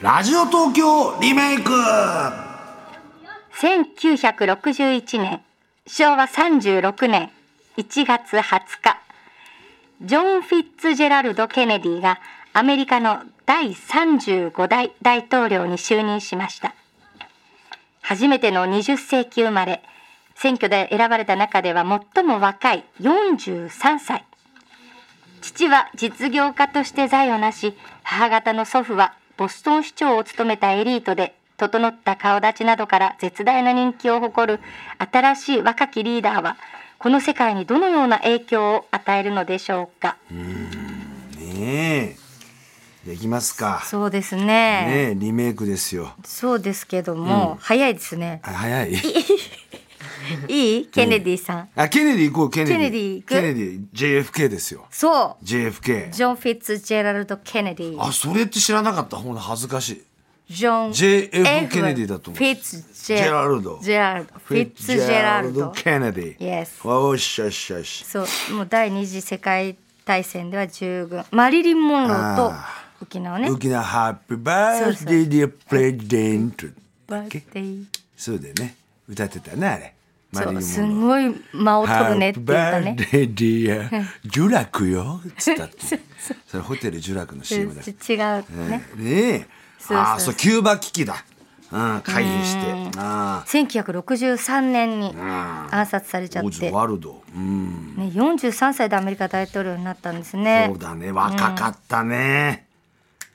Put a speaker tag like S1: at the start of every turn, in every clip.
S1: ラジオ東京リメイク
S2: 1961年昭和36年1月20日ジョン・フィッツジェラルド・ケネディがアメリカの第35代大統領に就任しました初めての20世紀生まれ選挙で選ばれた中では最も若い43歳父は実業家として財を成し母方の祖父はボストン市長を務めたエリートで整った顔立ちなどから絶大な人気を誇る新しい若きリーダーはこの世界にどのような影響を与えるのでしょうか
S1: ねえできますか
S2: そうですね
S1: ねえリメイクですよ
S2: そうですけども、早いですね
S1: あ早い
S2: いいケネディさん、
S1: あケネディ行こうケネディ
S2: ケネディ行く
S1: ケネディ JFK ですよ
S2: そう
S1: JFK
S2: ジョン・フィッツジェラルド・ケネディ
S1: あそれって知らなかったほんと恥ずかしい
S2: ジョン・
S1: JF ケネディだと思う
S2: フィッツジ
S1: ジェ
S2: ェ
S1: ラルド
S2: ジェラルドフィッツジェラルド
S1: ケネディ
S2: Yes
S1: おっしゃよっしゃよっし
S2: そうもう第二次世界大戦では従軍マリリン・モンローと
S1: あ
S2: 沖縄
S1: ゃ
S2: ね
S1: 大きなハッピー
S2: そ
S1: バ
S2: う
S1: ース
S2: そう
S1: デーディアプレデント
S2: バースデー
S1: そうだよね歌ってたねあれマリ
S2: そ
S1: リ
S2: う
S1: ン
S2: す
S1: モンロー
S2: ごい間を取るねって言った
S1: ハッ
S2: ね
S1: ピーバースデーディアジュラクよっつったってそれホテルジュラクの CM だ
S2: ち違うね
S1: ねえ
S2: そうそうそう
S1: ああそうキューバ危機だうん回避してあ
S2: 1963年に
S1: あ
S2: 暗殺されちゃ
S1: あ
S2: っ
S1: オ
S2: て、
S1: ズ
S2: ね、
S1: ワルドうん
S2: 43歳でアメリカ大統領になったんですね
S1: そうだね若かったね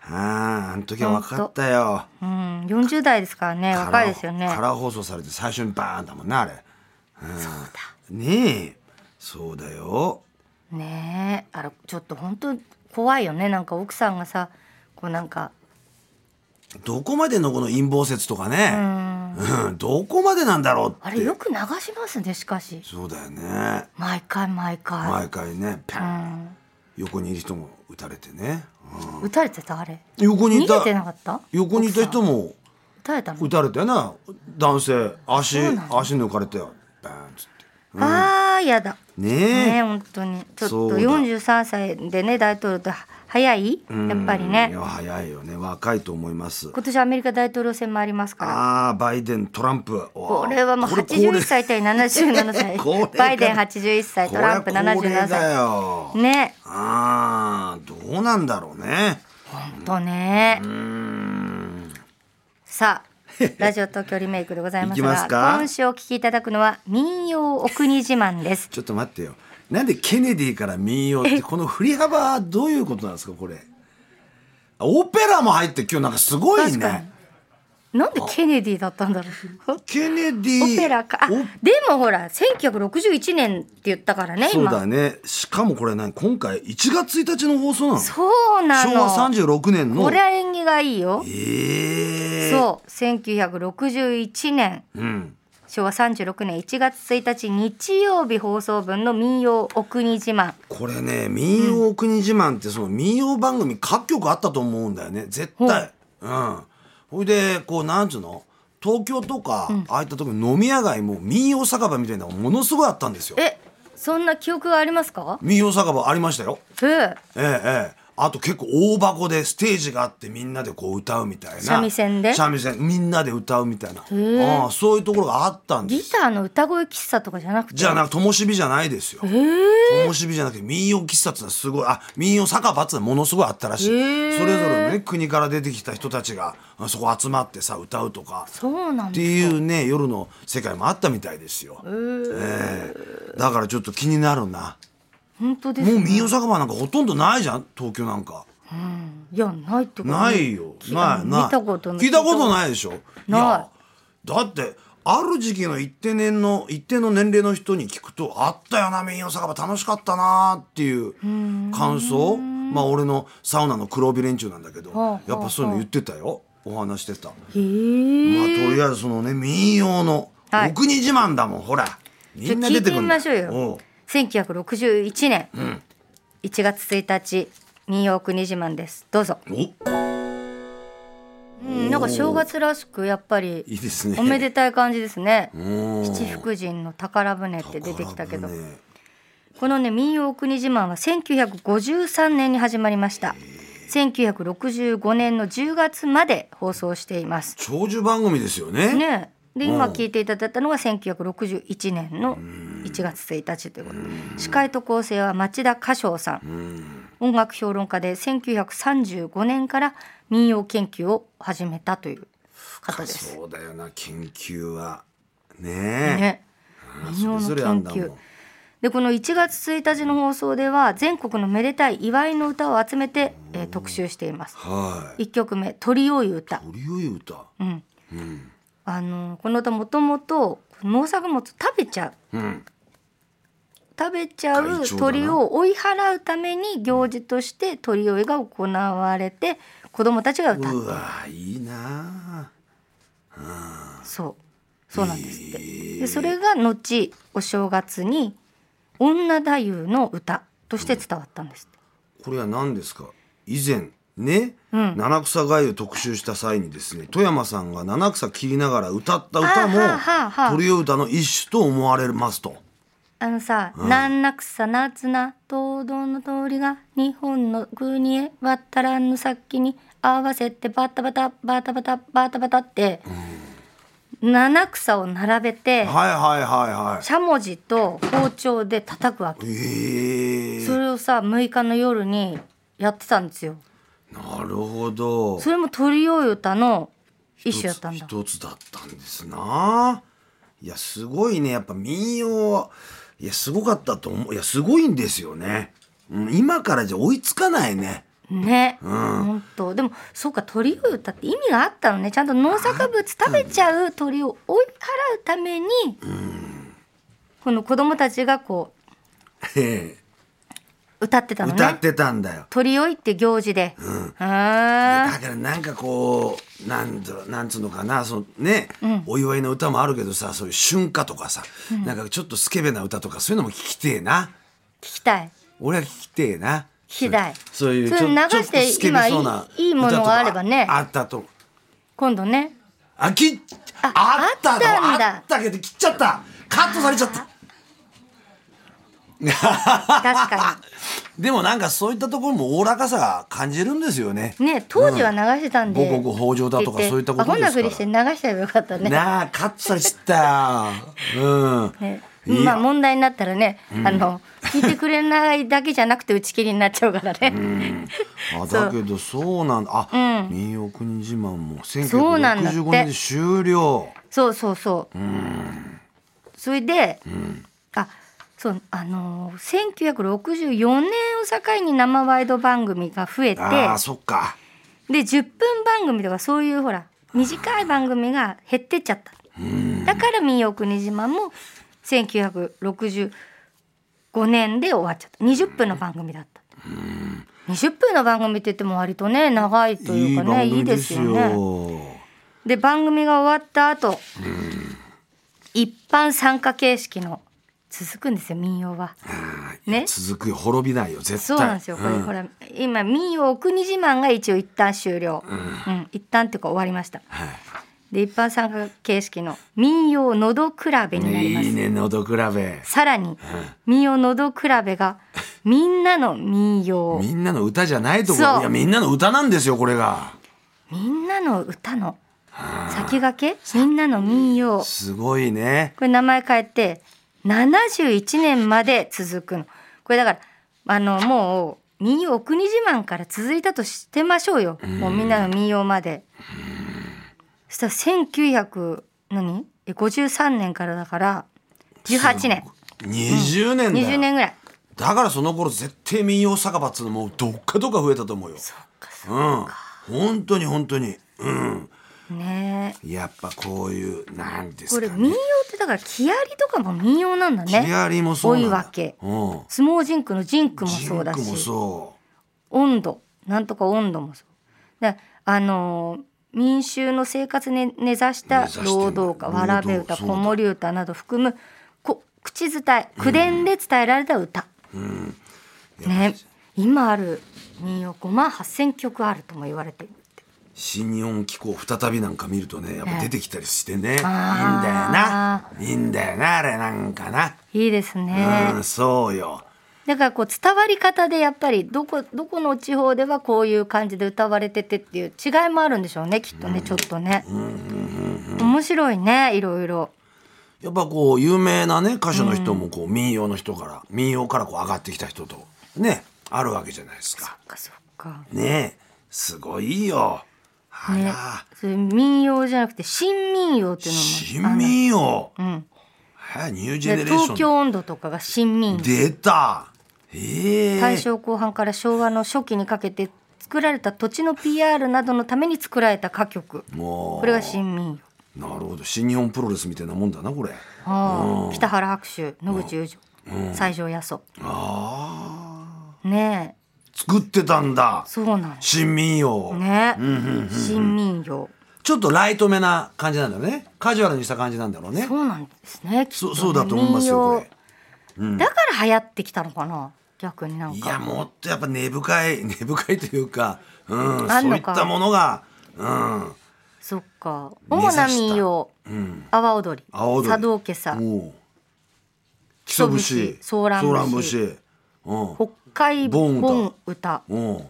S1: あああの時は若かったよ
S2: うん、40代ですからね
S1: カ
S2: 若
S1: ラ
S2: い
S1: ー
S2: ですよね
S1: カラー放送されて最初にバーンだもんなあれそうだねえそうだよ
S2: ねえあれちょっと本当怖いよねなんか奥さんがさこうなんか
S1: どこまでのこの陰謀説とかねうんどこまでなんだろうって
S2: あれよく流しますねしかし
S1: そうだよね
S2: 毎回毎回、
S1: 毎回ねパン横にいる人も撃たれてね
S2: 撃たれてたあれ
S1: 横にい
S2: 逃
S1: た
S2: げてなかった
S1: 横にいた
S2: 奥さん
S1: 人も
S2: 撃たれたの、
S1: 撃たれたよな男性足
S2: そう
S1: 足
S2: なの
S1: 抜かれたよバーンっつって
S2: ああやだねえ
S1: ねえ
S2: 本当にちょっと
S1: そうだ
S2: 43歳でね大統領って早いやっぱり
S1: い
S2: ね
S1: や早いよね若いと思います
S2: 今年アメリカ大統領選もありますから
S1: ああバイデントランプ
S2: こ
S1: こ
S2: れはもう81歳対 77
S1: これこ
S2: 歳
S1: れ
S2: バイデン81歳トランプ
S1: これは
S2: 77
S1: 高齢だ
S2: 歳
S1: よ
S2: ね
S1: ああどうなんだろうね
S2: 本当ねさあラジオ東京リメイクでございま す
S1: いきますか
S2: が今週お聞きいただくのは民謡お国自慢です
S1: ちょっと待ってよなんでケネディから民謡ってこの振り幅はどういうことなんですかこれあオペラも入って今日なんかすごい
S2: 確かに
S1: ね
S2: なんでケネディだったんだろう
S1: ケネデ
S2: オ
S1: ィ
S2: ペラかあ
S1: お
S2: でもほら1961年って言ったからね
S1: そう
S2: 今
S1: だねしかもこれ何今回1月1日の放送なの
S2: そうなの
S1: 昭和36年の
S2: これは縁起がいいよ、
S1: ええ
S2: そう1961年
S1: うん
S2: 昭和36年1月1日日曜日放送分の民謡お国自慢
S1: これね民謡お国自慢ってその民謡番組各局あったと思うんだよね絶対うんほいでこうなんつうの東京とか、ああいったとこ飲み屋街も民謡酒場みたいなのがものすごいあったんですよ
S2: えそんな記憶がありますか
S1: 民謡酒場ありましたよ
S2: ええ
S1: ええええあと結構大箱でステージがあってみんなでこう歌うみたいな
S2: 三味線で
S1: 三味線みんなで歌うみたいな
S2: え
S1: ああそういうところがあったんで
S2: ギ
S1: す
S2: ターの歌声喫茶とかじゃなくて
S1: じゃあなともしびじゃないですよともしびじゃなくて民謡喫茶ってのはすごいあ民謡酒場ってのはものすごいあったらしいそ
S2: へえ
S1: れぞれのね国から出てきた人たちがあそこ集まってさ歌うとか
S2: そうなん
S1: っ
S2: だ
S1: ていうね夜の世界もあったみたいですよ、ええだからちょっと気になるな
S2: 本当です
S1: もう
S2: ね
S1: 民謡酒場なんかほとんどないじゃん東京なんか
S2: いやないってこと
S1: ないよ
S2: き
S1: ないない
S2: 見たことない
S1: 聞いたことないでしょ
S2: ない
S1: やだってある時期の一定年の一定の年齢の人に聞くとあったよな民謡酒場楽しかったなっていう感想まあ俺のサウナの黒帯連中なんだけど、
S2: はあはあ
S1: やっぱそういうの言ってたよお話してた、
S2: へえ
S1: まあとりあえずそのね民謡の
S2: はい
S1: お国自慢だもん、ほらみんな出てくるんだ
S2: ちょっと聞いてみましょうよ
S1: お
S2: 1961年、1月1日民謡国自慢ですどうぞ、
S1: おい
S2: うん、なんか正月らしくやっぱ
S1: い
S2: り
S1: ですね
S2: おめでたい感じですね
S1: うん
S2: 七福神の宝船って出てきたけ
S1: 宝
S2: ど、
S1: 船
S2: このね民謡国自慢は1953年に始まりました1965年の10月まで放送しています。
S1: 長寿番組ですよね
S2: ねえ、で
S1: うん
S2: 今聞いていただいたのが1961年の1月1日ということで司会と構成は町田歌唱さん音楽評論家で1935年から民謡研究を始めたという方です。
S1: そうだよな研究はね
S2: ね、
S1: え
S2: 民謡の
S1: それぞれあんだもん
S2: 研究でこの1月1日の放送では全国のめでたい祝いの歌を集めて、えー特集しています。
S1: はい
S2: 1曲目「鳥よい歌」
S1: 鳥よい歌
S2: うん、
S1: うん
S2: あのこの歌もともと農作物を食べちゃう
S1: うん
S2: 食べちゃう
S1: 会長だな
S2: 鳥を追い払うために行事として鳥追いが行われて子供たちが歌う
S1: うわいいな
S2: そうそうなんですってでそれが後お正月に女太夫の歌として伝わったんですって
S1: これは何ですか以前ね、
S2: うん
S1: 七草がゆ特集した際にですね富山さんが七草切りながら歌った歌も
S2: あはあはあはあ
S1: 鳥よ歌の一種と思われますと
S2: あのさ「なんなくさ夏な東道の通りが日本の国へ渡らぬ先に合わせてバタバタバタバタバタバタ」って七草を並べて、
S1: はいはいはいはい
S2: しゃもじと包丁で叩くわけ
S1: ええ
S2: それをさ6日の夜にやってたんですよ
S1: なるほど
S2: それも鳥用歌の一種やったんだ
S1: 一つ一つだったんですないやすごいねやっぱ民謡はいやすごかったと思ういやすごいんですよね、うん、今からじゃ追いつかないね
S2: ね、
S1: ん
S2: 本当でもそうか鳥用歌って意味があったのねちゃんと農作物食べちゃう鳥を追い払うために、この子供たちがこ
S1: へ
S2: う歌って
S1: え
S2: たの
S1: 歌っ
S2: ね
S1: てたんだよ
S2: 鳥追いって行事で、あ
S1: だからなんかこうなんだろうなんつうのかなそのね、お祝いの歌もあるけどさそういう春夏とかさ、なんかちょっとスケベな歌とかそういうのも聞きてえな
S2: 聞きたい
S1: 俺は聞きてえな
S2: 聞きたい
S1: そういう
S2: それ
S1: ちょ
S2: 流して
S1: ちょっとスケベそうな
S2: 今いいいいものがあればね
S1: 歌とかああったと
S2: 今度ね
S1: あきあったの
S2: あったんだ
S1: あったけど切っちゃったカットされちゃった
S2: 確か
S1: でもなんかそういったところもおおらかさが感じるんですよね
S2: にね当時は流してたんで、
S1: 五穀豊穣だとかそういったこと
S2: あこん
S1: で
S2: な
S1: す
S2: ふ
S1: か
S2: りして
S1: ら
S2: 流しちゃえばよかったね。
S1: なあカットされちゃったようん、
S2: ね
S1: いや
S2: まあ問題になったらね、あの聞いてくれないだけじゃなくて打ち切りになっちゃうからね。
S1: あ
S2: そう
S1: だけどそうなんだあ、民謡国自慢も
S2: そうなんだって
S1: 1965年で終了
S2: そうそうそう。それで、あそうあのー、1964年を境に生ワイド番組が増えて
S1: ああそっか
S2: で10分番組とかそういうほら短い番組が減ってっちゃった。だから民謡国自慢も1965年で終わっちゃった20分の番組だった。20分の番組って言っても割とね長いと
S1: い
S2: いう
S1: い
S2: か
S1: 番
S2: ねいい
S1: 組
S2: で
S1: ですす
S2: よ
S1: よ
S2: ね。で番組が終わった後、一般参加形式の続くんですよ民謡は。ね
S1: 続くよ滅びないよ絶対
S2: そうなんですよ、これ
S1: うん
S2: ほら今民謡お国自慢が一応一旦終了、うん一旦っていうか終わりました
S1: はい
S2: で一般参加形式の民謡のど比べになります、
S1: いいねのど比べ
S2: さらに民謡のど比べ がみんなの民謡
S1: みんなの歌じゃないとこ
S2: そう
S1: ろいやみんなの歌なんですよこれが
S2: みんなの歌の先駆けみんなの民謡
S1: すごいね
S2: これ名前変えて71年まで続くのこれだからあのもう民謡お国自慢から続いたとしてましょうよもうみんなの民謡までそしたら1900何え53年からだから18年
S1: 20年だよ、
S2: 20年ぐらい
S1: だからその頃絶対民謡酒場っつうのもうどっかどっか増えたと思うよそっかそっかうん本当に本当にうん
S2: ねえ
S1: やっぱこういうなんです
S2: こ
S1: かね
S2: れ民謡ってだから木遣りとかも民謡なんだね
S1: 木遣りもそうなんだ
S2: 追い分け
S1: うん
S2: 相撲ジンクのジンクもそうだ
S1: ジンクも
S2: し
S1: そ
S2: 温度なんとか温度もそうであのー民衆の生活に根ざした
S1: 根ざしてんだ
S2: 労働歌
S1: 労
S2: わ
S1: 働
S2: らべ歌
S1: そう
S2: 子
S1: だ
S2: 守歌など含むこ口伝え口伝で伝えられた歌、ね今ある民謡5万8,000曲あるとも言われているって
S1: う新日本機構再びなんか見るとねやっぱ出てきたりしてね、いいんだよ
S2: あ
S1: ないいんだよなあれなんかな、
S2: いいですね
S1: うんそうよ
S2: だからこう伝わり方でやっぱりどこどこの地方ではこういう感じで歌われててっていう違いもあるんでしょうねきっとねちょっとね。面白いねいろいろ。
S1: やっぱこう有名なね歌手の人もこう民謡の人から民謡からこう上がってきた人とねあるわけじゃないです
S2: そっ
S1: か。
S2: かそっか。
S1: ねえすごいよ。あ
S2: ね
S1: ら、、
S2: それ民謡じゃなくて新民謡っていうのも
S1: 新民謡。
S2: あのうん
S1: はいニュージェ
S2: で
S1: ネレーシ
S2: 東
S1: ョン。
S2: 京温度とかが新民謡
S1: 出た。ええ
S2: 大正後半から昭和の初期にかけて作られた土地の PR などのために作られた歌曲
S1: もう
S2: これが新民謡
S1: なるほど新日本プロレスみたいなもんだなこれ。
S2: ああ北原白秋野口裕二西条八十
S1: ああ
S2: ねえ
S1: 作ってたんだ
S2: そうなんです
S1: 新民謡。
S2: ね新民謡
S1: ちょっとライトめな感じなんだよね。カジュアルにした感じなんだろうね
S2: そ。うなんですねきっ
S1: そ
S2: とね
S1: うそうだと思いますよこ
S2: 民
S1: れ。
S2: 謡だから流行ってきたのかな逆になん
S1: いや
S2: か
S1: もっとやっぱ根深い根 深いというか、うん、
S2: あん
S1: そうい
S2: の
S1: っ
S2: か
S1: たものが、うん、
S2: そっか
S1: 根差
S2: 主
S1: した
S2: な民謡
S1: うん、
S2: 阿波踊り
S1: 阿波踊り
S2: 茶道家さ
S1: もう基礎節、
S2: ソーラン節
S1: 節、うん、
S2: 北海
S1: 盆歌
S2: 盆歌
S1: うん、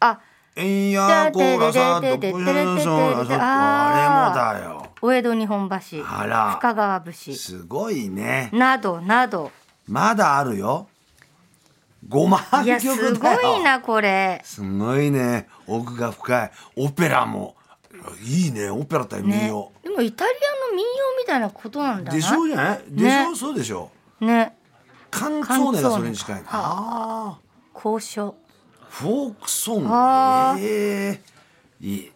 S2: あ
S1: えんやこがさど
S2: てれてれてれてれ
S1: こやらそうらそう
S2: あー
S1: あれもだよ。
S2: お江戸日本橋
S1: あら
S2: 深川節
S1: すごいね。
S2: などなど
S1: まだあるよ。五万曲だ
S2: い
S1: よ。
S2: やすごい。なこれ
S1: すごいね。奥が深い。オペラもいいね。オペラ対民
S2: ね
S1: 謡。
S2: でもイタリアの民謡みたいなことなんだな
S1: でしょうじゃない？でしょう
S2: ね
S1: そうでしょう。
S2: ね
S1: カツオネがそれに近いな。
S2: カンツ
S1: あ
S2: 交渉
S1: あ、フォークソング
S2: あ。
S1: ええいい。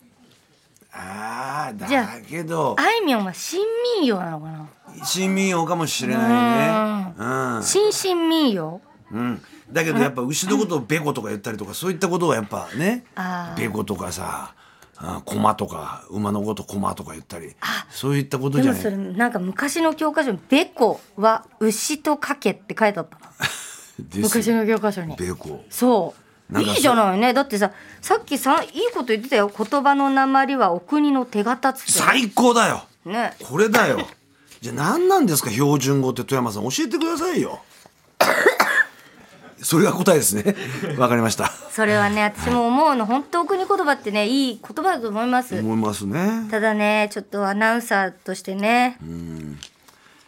S1: ああ、だ
S2: じゃあ
S1: けど
S2: あいみょんは新民謡なのかな
S1: 新民謡かもしれないね。うん。
S2: 新新民謡
S1: うん。だけどやっぱ牛のことをベコとか言ったりとかそういったことをやっぱね
S2: あ、ー
S1: ベコとかさ、あ駒とか馬のこと駒とか言ったり、そういったこと
S2: で
S1: じゃ
S2: も
S1: ない
S2: そ。れなんか昔の教科書に「べこ」は牛とかけって書いてあったな
S1: です
S2: 昔の教科書に
S1: ベコ。
S2: そう
S1: なんかそ
S2: い
S1: う
S2: いじゃないねだってささっきさいいこと言ってたよ言葉の鉛はお国の手形っつって
S1: 最高だよ。
S2: ね
S1: これだよ。じゃあ何なんですか標準語って富山さん教えてくださいよ。 それが答えですね。わかりました。
S2: それはね私も思うの本当お国言葉ってねいい言葉だと思います
S1: 思いますね。
S2: ただねちょっとアナウンサーとしてね、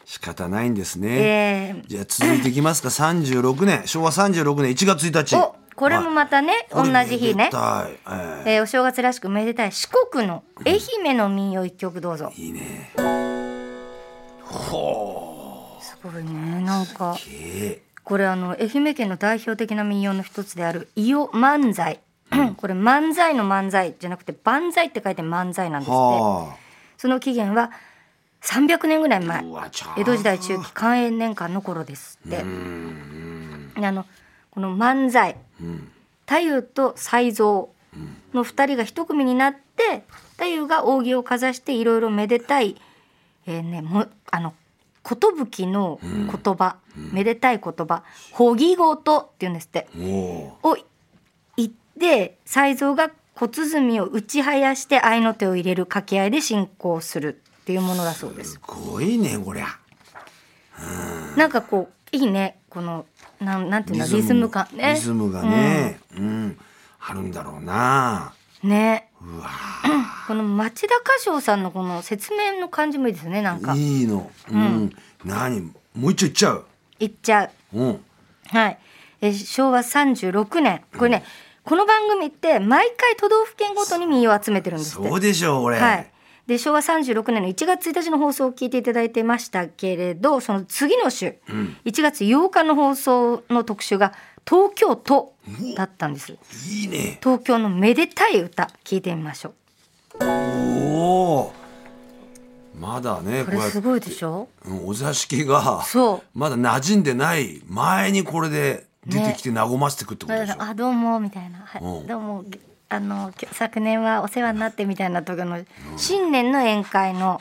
S1: 仕方ないんですね。
S2: えー
S1: じゃあ続いていきますか。36年、昭和36年1月1日。
S2: おこれもまたね、
S1: はい
S2: 同じ日ね、
S1: これめでたいえ
S2: えーお正月らしくめでたい四国の愛媛の民謡一曲どうぞ
S1: えいいね。ほ
S2: すごいねなんか
S1: う。ええ
S2: これあの愛媛県の代表的な民謡の一つである「伊予漫才」 これ漫才の漫才じゃなくて「万歳」って書いて漫才なんですって
S1: は
S2: その起源は300年ぐらい前
S1: あ。うわちゃ
S2: 江戸時代中期寛永年間の頃ですって
S1: うん
S2: であのこの漫才
S1: うん
S2: 太夫と才蔵の2人が一組になって太夫が扇をかざしていろいろめでたいえーねもあの寿の言葉、めでたい言葉「ほぎごと」って言うんですって。
S1: うん。お
S2: を言って才蔵が小鼓を打ちはやして愛の手を入れる掛け合いで進行するっていうものだそうで
S1: お。
S2: す
S1: す。ごいねこりゃ。
S2: なんかこういいねこのなんなんていうのリズム感ね
S1: リズムがね、うん、あるんだろうな。
S2: うんね
S1: うわ
S2: この町田歌唱さんのこの説明の感じもいいですよねなんか
S1: いいの。うん。何もう一丁いっちゃう。
S2: 言っちゃう
S1: うん。
S2: はいえ昭和36年これね、この番組って毎回都道府県ごとに民謡を集めてるんですって
S1: そうでしょう俺。
S2: はい、で昭和36年の1月1日の放送を聞いていただいてましたけれどその次の週、1月8日の放送の特集が東京都だったんです
S1: いいね。
S2: 東京のめでたい歌聞いてみましょ
S1: おお。まだね
S2: うこれすごいでしょ
S1: うんお座敷が
S2: そ
S1: まだ馴染んでない前にこれで出てきて和ませてくって
S2: う
S1: こ
S2: だ
S1: とで
S2: か
S1: しょ。
S2: らあどうもみたいな、はい
S1: うん
S2: どうもあのきょ昨年はお世話になってみたいな時の新年の宴会の、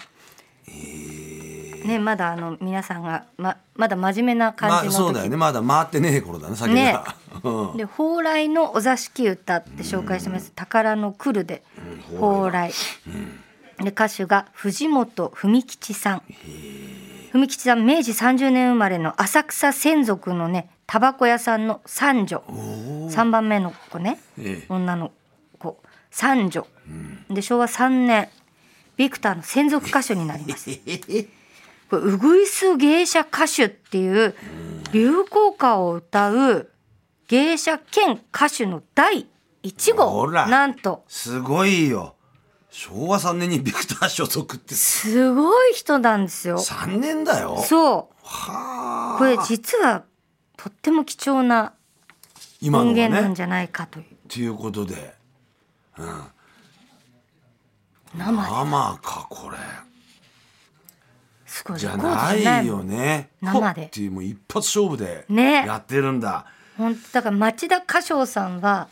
S2: ねまだあの皆さんがままだ真面目な
S1: ま
S2: 感じ
S1: あ
S2: の時、
S1: そうだよねまだ回ってねえ頃だね先が。
S2: ね
S1: うん
S2: で「蓬莱のお座敷歌」って紹介してます「宝の来るで」蓬莱、で歌手が藤本文吉さん文吉さん明治30年生まれの浅草専属のねタバコ屋さんの三女3番目の子ね、
S1: ええ
S2: 女の子三女、で昭和3年ビクターの専属歌手になり ますこれウグイス芸者歌手っていう流行歌を歌う芸者兼歌手の第1
S1: ほ
S2: 号
S1: ら
S2: なんと
S1: すごいよ昭和3年にビクター所属って
S2: すごい人なんですよ。
S1: 3年だよ
S2: そう
S1: はあ
S2: これ実はとっても貴重な
S1: 今の
S2: 音
S1: が
S2: 源なん
S1: ね
S2: じゃないかという
S1: ということで
S2: 生です
S1: 生かこれ
S2: すごい
S1: じゃ
S2: レコード
S1: な
S2: じゃないいもん
S1: よね
S2: 生で
S1: ほっっていうもう一発勝負で
S2: ね
S1: やってるんだ、
S2: 本当だから町田歌唱さんは、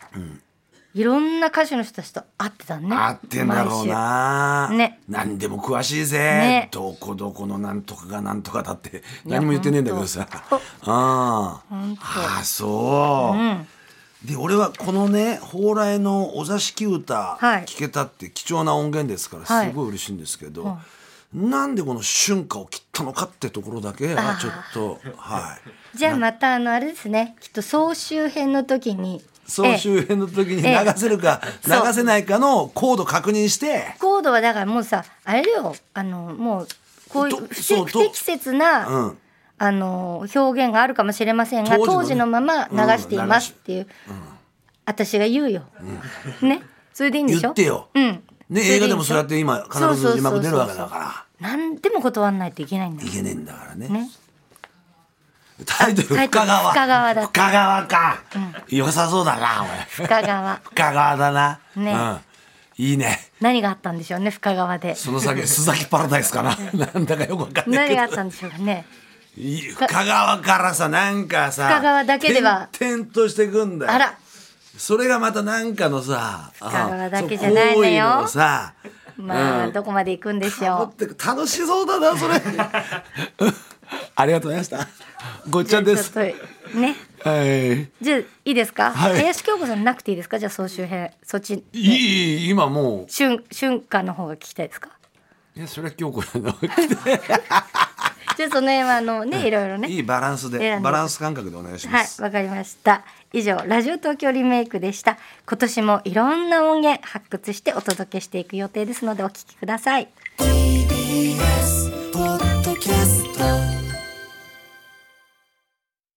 S2: いろんな歌手の人たちと会ってたね
S1: 合ってんだろうな、
S2: 毎週ね
S1: 何でも詳しいぜ、
S2: ね
S1: どこどこのなんとかがなんとかだって何も言ってねえんだけどさああ
S2: ほんと
S1: ああそう、で俺はこのね蓬莱のお座敷歌
S2: はい
S1: 聞けたって貴重な音源ですから
S2: はい
S1: すごい嬉しいんですけど、なんでこの春夏を切ったのかってところだけはちょっとはい。
S2: じゃあまたあのあれですねきっと総集編の時に
S1: 総
S2: ええ
S1: 集編の時に
S2: ええ
S1: 流せるか流
S2: そう
S1: せないかのコード確認して
S2: コードはだからもうさあれだよあのもうこういう
S1: ど
S2: 不
S1: そう
S2: 適
S1: ど
S2: 不適切な、
S1: うん
S2: あの表現があるかもしれませんが
S1: 当時
S2: 当
S1: の
S2: 時,、
S1: ね
S2: のまま流していますっていう、私が言うよ、ねそれでいいんでしょ
S1: 言ってよ
S2: うん
S1: ね
S2: それ
S1: 映
S2: い
S1: 画
S2: い
S1: で
S2: んしょ
S1: もそうやって今必
S2: そうそ
S1: ず
S2: うそうそう
S1: 字幕出るわけだか
S2: 何でも断らないといけないんだ
S1: らいけねえんだからね
S2: ね
S1: タイトル
S2: タ
S1: 深
S2: イトル
S1: 川
S2: 深川だ
S1: 深川か良さそうだなおい
S2: 深川
S1: 深川だな
S2: ね
S1: うんいいね
S2: 何があったんでしょうね深川で
S1: その 先須崎パラダイスかななんだかよくわかんない
S2: 何
S1: け
S2: があっ
S1: ど
S2: たんでしょうかね
S1: いい深川からさなんかさ
S2: 深川だけでは
S1: 転々としてくんだよ
S2: あら
S1: それがまたなんかのさ深
S2: 川だけじゃないのよ
S1: のさ
S2: まあ、
S1: うん
S2: どこまで行くんでし
S1: 持
S2: ょ
S1: ってく楽しそうだなそ れありがとうございましたごっちゃん
S2: う
S1: で
S2: ちょっ
S1: す
S2: とね
S1: はい
S2: じゃあいいですか、
S1: はい
S2: 林京子さんなくていいですかじゃあ総集編そっち
S1: いいいい今も
S2: 春春夏の方が聞きたいですか
S1: ういやそれは京子やな
S2: じゃあその辺はあのねいろいろね
S1: いいバランス
S2: 選
S1: で
S2: んで
S1: バランス感覚でお願いしま
S2: はい
S1: す、、
S2: わかりました。以上、ラジオ東京リメイクでした。今年もいろんな音源発掘してお届けしていく予定ですのでお聞きください。
S3: TBS